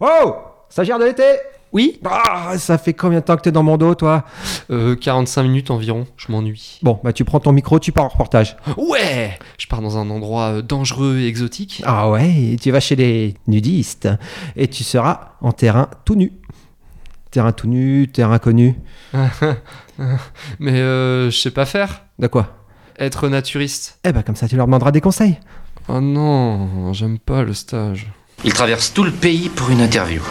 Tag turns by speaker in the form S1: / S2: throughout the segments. S1: Oh Stagiaire de l'été
S2: Oui
S1: Ah, ça fait combien de temps que t'es dans mon dos, toi
S2: Euh, 45 minutes environ, je m'ennuie.
S1: Bon, bah tu prends ton micro, tu pars en reportage.
S2: Ouais Je pars dans un endroit euh, dangereux et exotique.
S1: Ah ouais, tu vas chez les nudistes et tu seras en terrain tout nu. Terrain tout nu, terrain connu.
S2: Mais euh, je sais pas faire.
S1: De quoi
S2: Être naturiste.
S1: Eh bah comme ça, tu leur demanderas des conseils.
S2: Oh non, j'aime pas le stage.
S3: Il traverse tout le pays pour une interview.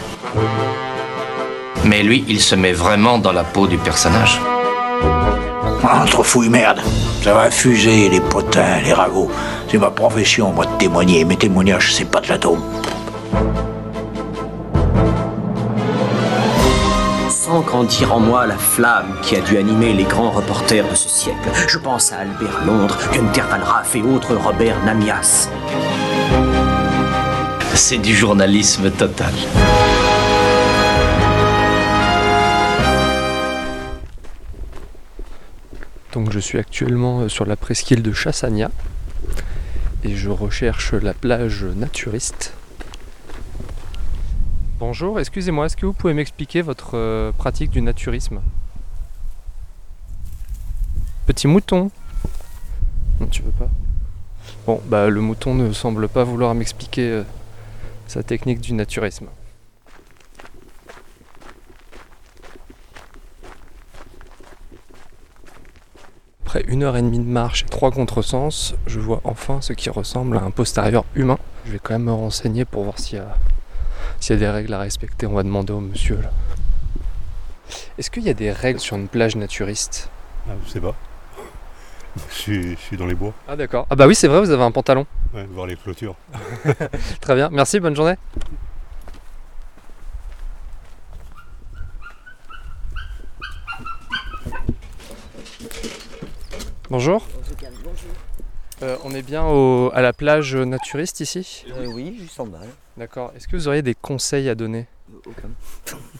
S3: Mais lui, il se met vraiment dans la peau du personnage.
S4: Entre fouille merde, ça va fuser les potins, les ragots. C'est ma profession, moi, de témoigner. Mes témoignages, c'est pas de la tombe.
S5: Sans grandir en moi la flamme qui a dû animer les grands reporters de ce siècle, je pense à Albert Londres, Günther Van Raff et autres Robert Namias.
S3: C'est du journalisme total.
S2: Donc je suis actuellement euh, sur la presqu'île de Chassagna et je recherche la plage naturiste. Bonjour, excusez-moi, est-ce que vous pouvez m'expliquer votre euh, pratique du naturisme Petit mouton Non, tu veux pas Bon, bah le mouton ne semble pas vouloir m'expliquer euh, sa technique du naturisme. Après une heure et demie de marche et trois contresens, je vois enfin ce qui ressemble à un postérieur humain. Je vais quand même me renseigner pour voir s'il y a, s'il y a des règles à respecter. On va demander au monsieur. là. Est-ce qu'il y a des règles sur une plage naturiste
S6: Ah, je sais pas. Je suis, je suis dans les bois,
S2: Ah d'accord. Ah bah oui c'est vrai, vous avez un pantalon.
S6: ouais, voir les clôtures.
S2: Très bien, merci, bonne journée. Bonjour. Euh, on est bien au- à la plage naturiste ici
S7: Euh, oui, juste en bas.
S2: D'accord. Est-ce que vous auriez des conseils à donner
S7: Aucun.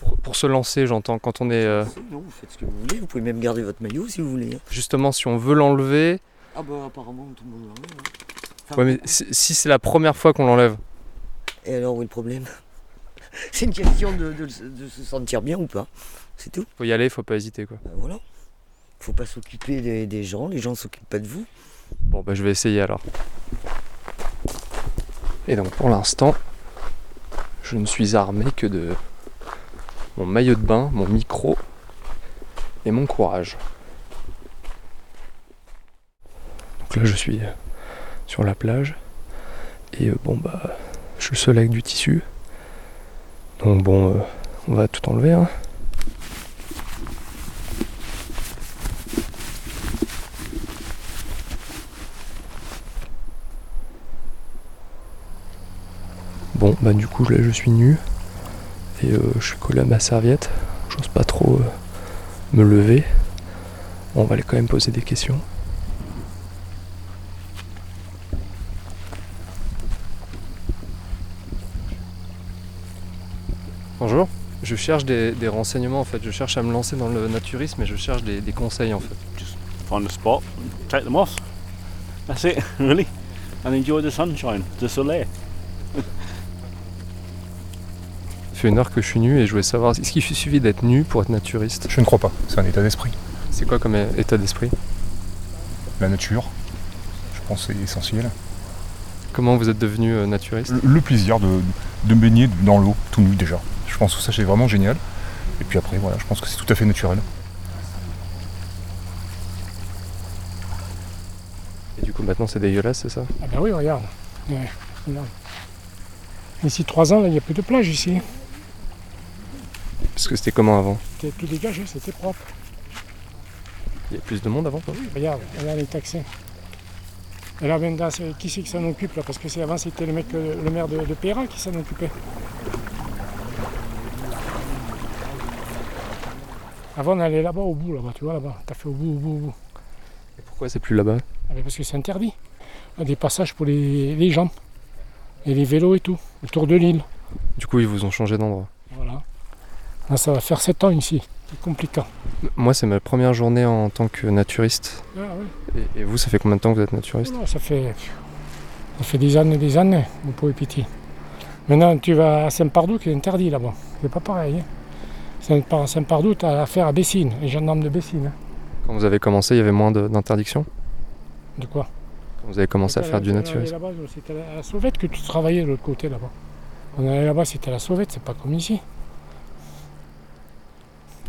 S2: pour, pour se lancer, j'entends, quand on est... euh,
S7: Non, vous faites ce que vous voulez. Vous pouvez même garder votre maillot si vous voulez. hein.
S2: justement, si on veut l'enlever...
S7: Ah bah apparemment tout le monde l'a. hein. Enfin,
S2: Ouais, mais si si c'est la première fois qu'on l'enlève,
S7: Et alors où est le problème C'est une question de, de le- de se sentir bien ou pas. C'est tout.
S2: faut y aller, faut pas hésiter, quoi.
S7: Bah, voilà. Faut pas s'occuper des, des gens. Les gens s'occupent pas de vous.
S2: Bon, bah, je vais essayer alors. Et donc, pour l'instant, je ne suis armé que de mon maillot de bain, mon micro et mon courage. Donc là, je suis euh, sur la plage et euh, bon, bah, je suis le seul avec du tissu. Donc, bon, euh, on va tout enlever. hein. Bon, bah du coup là je suis nu et euh, je suis collé à ma serviette. J'ose pas trop euh, me lever. Bon, on va aller quand même poser des questions. Bonjour. Je cherche des, des renseignements en fait. Je cherche à me lancer dans le naturisme et je cherche des, des conseils en fait.
S8: find a spot, take them off. That's it, really. And enjoy the sunshine, the soleil.
S2: Ça fait une heure que je suis nu et je voulais savoir est-ce qu'il suffit d'être nu pour être naturiste
S9: Je ne crois pas, c'est un état d'esprit.
S2: C'est quoi comme euh, état d'esprit
S9: La nature, je pense, c'est essentiel.
S2: Comment vous êtes devenu euh, naturiste
S9: Le, le plaisir de, de me baigner dans l'eau, tout nu déjà. Je pense que ça, c'est vraiment génial. Et puis après, voilà, je pense que c'est tout à fait naturel.
S2: Et du coup maintenant c'est dégueulasse, c'est ça
S10: Ah ben oui, regarde. Ouais, énorme. D'ici trois ans, là, il n'y a plus de plage ici.
S2: Parce que c'était comment avant
S10: C'était tout dégagé, hein, c'était propre.
S2: Il y a plus de monde avant quoi
S10: Regarde, là, elle est taxée. Et là, maintenant, c'est- qui c'est qui s'en occupe là Parce que c'est avant, c'était le mec, euh, le maire de, de Péra qui s'en occupait. Avant, on allait là-bas, au bout, là-bas, tu vois, là-bas. T'as fait au bout, au bout, au bout.
S2: Et pourquoi c'est plus là-bas
S10: Ah ben, parce que c'est interdit. Il y a Des passages pour les, les gens. Et les vélos et tout, autour de l'île.
S2: Du coup ils vous ont changé d'endroit.
S10: Voilà. Là, ça va faire 7 ans ici. C'est compliqué.
S2: M- Moi c'est ma première journée en tant que naturiste.
S10: Ah oui.
S2: Et, et vous ça fait combien de temps que vous êtes naturiste
S10: Non, ça fait, ça fait des années et des années, mon pauvre petit. Maintenant, tu vas à Saint-Pardoux qui est interdit là-bas. C'est pas pareil. hein. Saint- Saint-Pardoux, tu as affaire à Bessines, les gendarmes de Bessines. hein.
S2: Quand vous avez commencé, il y avait moins de- d'interdictions
S10: De quoi
S2: Quand Vous avez commencé à
S10: C'était
S2: faire du
S10: on allait
S2: naturisme
S10: là-bas, C'était à la- à la sauvette que tu travaillais de l'autre côté là-bas. On allait là-bas, c'était à la sauvette, c'est pas comme ici.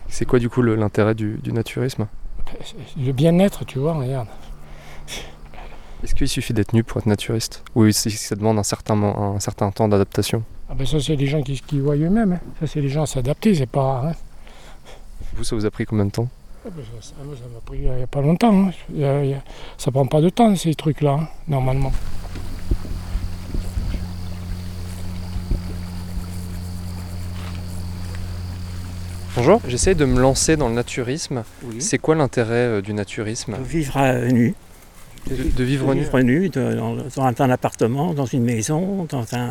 S2: C'est quoi du coup le- l'intérêt du, du naturisme
S10: Le bien-être, tu vois, regarde.
S2: Est-ce qu'il suffit d'être nu pour être naturiste Ou est-ce que ça demande un certain, mo- un certain temps d'adaptation
S10: Ah ben ça, c'est des gens qui, qui voient eux-mêmes. hein. Ça, c'est des gens à s'adapter, c'est pas rare. hein.
S2: Vous, ça vous a pris combien de temps
S10: Ah ben ça- ça- moi, ça m'a pris euh, il n'y a pas longtemps. hein. Il y a- il y a- ça prend pas de temps, ces trucs-là, hein, normalement.
S2: Bonjour, j'essaie de me lancer dans le naturisme. C'est quoi l'intérêt euh, du naturisme
S11: De vivre euh, nu.
S2: De, vivre nu.
S11: de- dans, dans un- dans un appartement, dans une maison, dans un,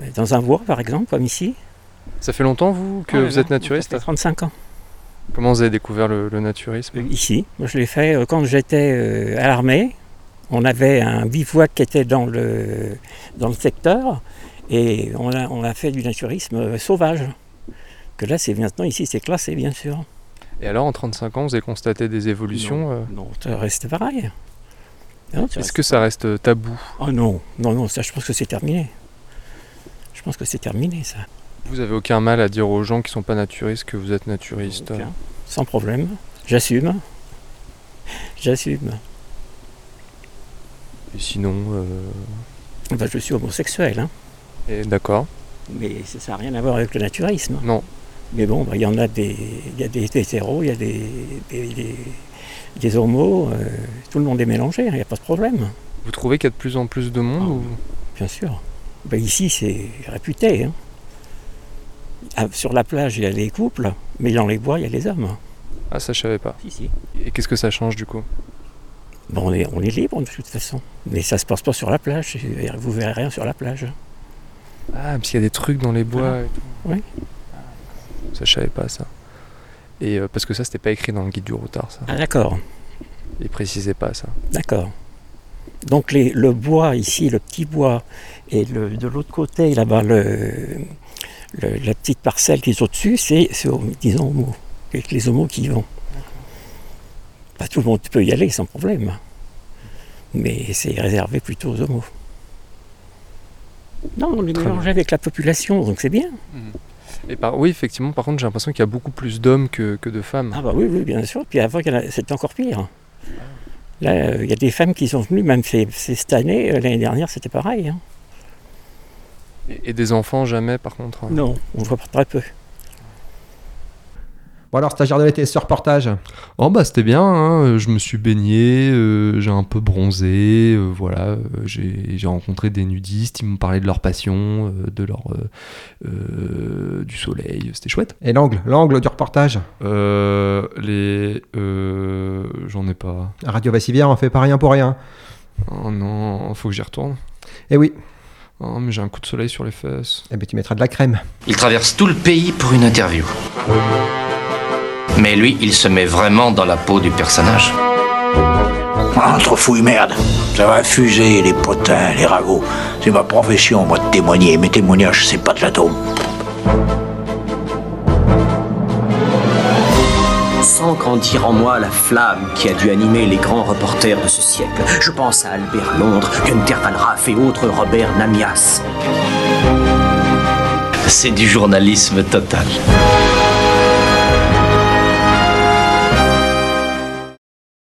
S11: euh, dans un bois par exemple, comme ici.
S2: Ça fait longtemps, vous, que
S11: Oh là
S2: vous
S11: là,
S2: êtes naturiste
S11: ça fait 35 ans.
S2: Comment vous avez découvert le, le naturisme
S11: Ici. Moi, je l'ai fait euh, quand j'étais euh, à l'armée. On avait un bivouac qui était dans le, dans le secteur et on a, on a fait du naturisme euh, sauvage. Que là, c'est maintenant ici, c'est classé, bien sûr.
S2: Et alors, en 35 ans, vous avez constaté des évolutions euh,
S11: Ça reste pareil.
S2: Est-ce que ça reste euh, tabou
S11: Oh non, non, non, ça, je pense que c'est terminé. Je pense que c'est terminé, ça.
S2: Vous avez aucun mal à dire aux gens qui sont pas naturistes que vous êtes naturiste euh,
S11: Sans problème. J'assume. J'assume.
S2: Et sinon. euh,
S11: Bah, je suis homosexuel, hein.
S2: et D'accord.
S11: Mais ça n'a rien à voir avec le naturisme.
S2: Non.
S11: Mais bon, bah, il y en a des. Il y a des hétéros, il y a des. des, des, des homos, euh, tout le monde est mélangé, il n'y a pas de problème.
S2: Vous trouvez qu'il y a de plus en plus de
S11: Ah
S2: monde ou-
S11: Bien sûr. Ben, ici, c'est réputé. hein. Ah, Sur la plage, il y a les couples, mais dans les bois, il y a les hommes.
S2: Ah, ça, je savais pas.
S11: si.
S2: Et qu'est-ce que ça change du coup
S11: Bon, on, est, on est libre de toute façon. Mais ça se passe pas sur la plage. Vous verrez rien sur la plage.
S2: Ah, parce qu'il y a des trucs dans les bois
S11: Voilà.
S2: et tout.
S11: Ah.
S2: Ah,
S11: Oui.
S2: Ça, je savais pas ça. Et euh, parce que ça, c'était pas écrit dans le guide du routard, ça.
S11: Ah, d'accord.
S2: Il précisait pas ça.
S11: D'accord. Donc les- le bois ici, le petit bois, et le- de l'autre côté là-bas, le, le- la petite parcelle qui est au-dessus, c'est, c'est aux- disons homos, avec les homos qui y vont. Bah, tout le monde peut y aller sans problème, mais c'est réservé plutôt aux homos. Non, on est
S2: Très
S11: mélangé avec la population, donc c'est bien.
S2: Et par... oui, effectivement, par contre, j'ai l'impression qu'il y a beaucoup plus d'hommes que, que de femmes.
S11: Ah bah oui, oui, bien sûr. Puis avant, il y en a- c'était encore pire. Là, euh, il y a des femmes qui sont venues, même c'est, c'est cette année, euh, l'année dernière, c'était pareil. hein.
S2: Et, et des enfants, jamais, par contre. hein.
S11: Non, on voit très peu.
S1: Bon alors, stagiaire de l'été, ce reportage.
S12: Oh bah c'était bien, hein, euh, je me suis baigné, euh, j'ai un peu bronzé, euh, voilà, euh, j'ai j'ai rencontré des nudistes, ils m'ont parlé de leur passion, euh, de leur euh, euh, du soleil, c'était chouette.
S1: Et l'angle, l'angle du reportage.
S12: Euh, les euh, j'en ai pas.
S1: Radio Vassivière, on fait pas rien pour rien.
S12: Oh non, faut que j'y retourne.
S1: Eh oui,
S12: Oh mais j'ai un coup de soleil sur les fesses.
S1: eh ben, tu mettras de la crème.
S3: Il traverse tout le pays pour une interview. Mais lui, il se met vraiment dans la peau du personnage.
S4: Entre fouille merde, ça va fuser les potins, les ragots. C'est ma profession, moi, de témoigner. Mes témoignages, c'est pas de l'atome.
S5: Sans grandir en moi la flamme qui a dû animer les grands reporters de ce siècle, je pense à Albert Londres, Günther Van Raff et autres Robert Namias.
S3: C'est du journalisme total.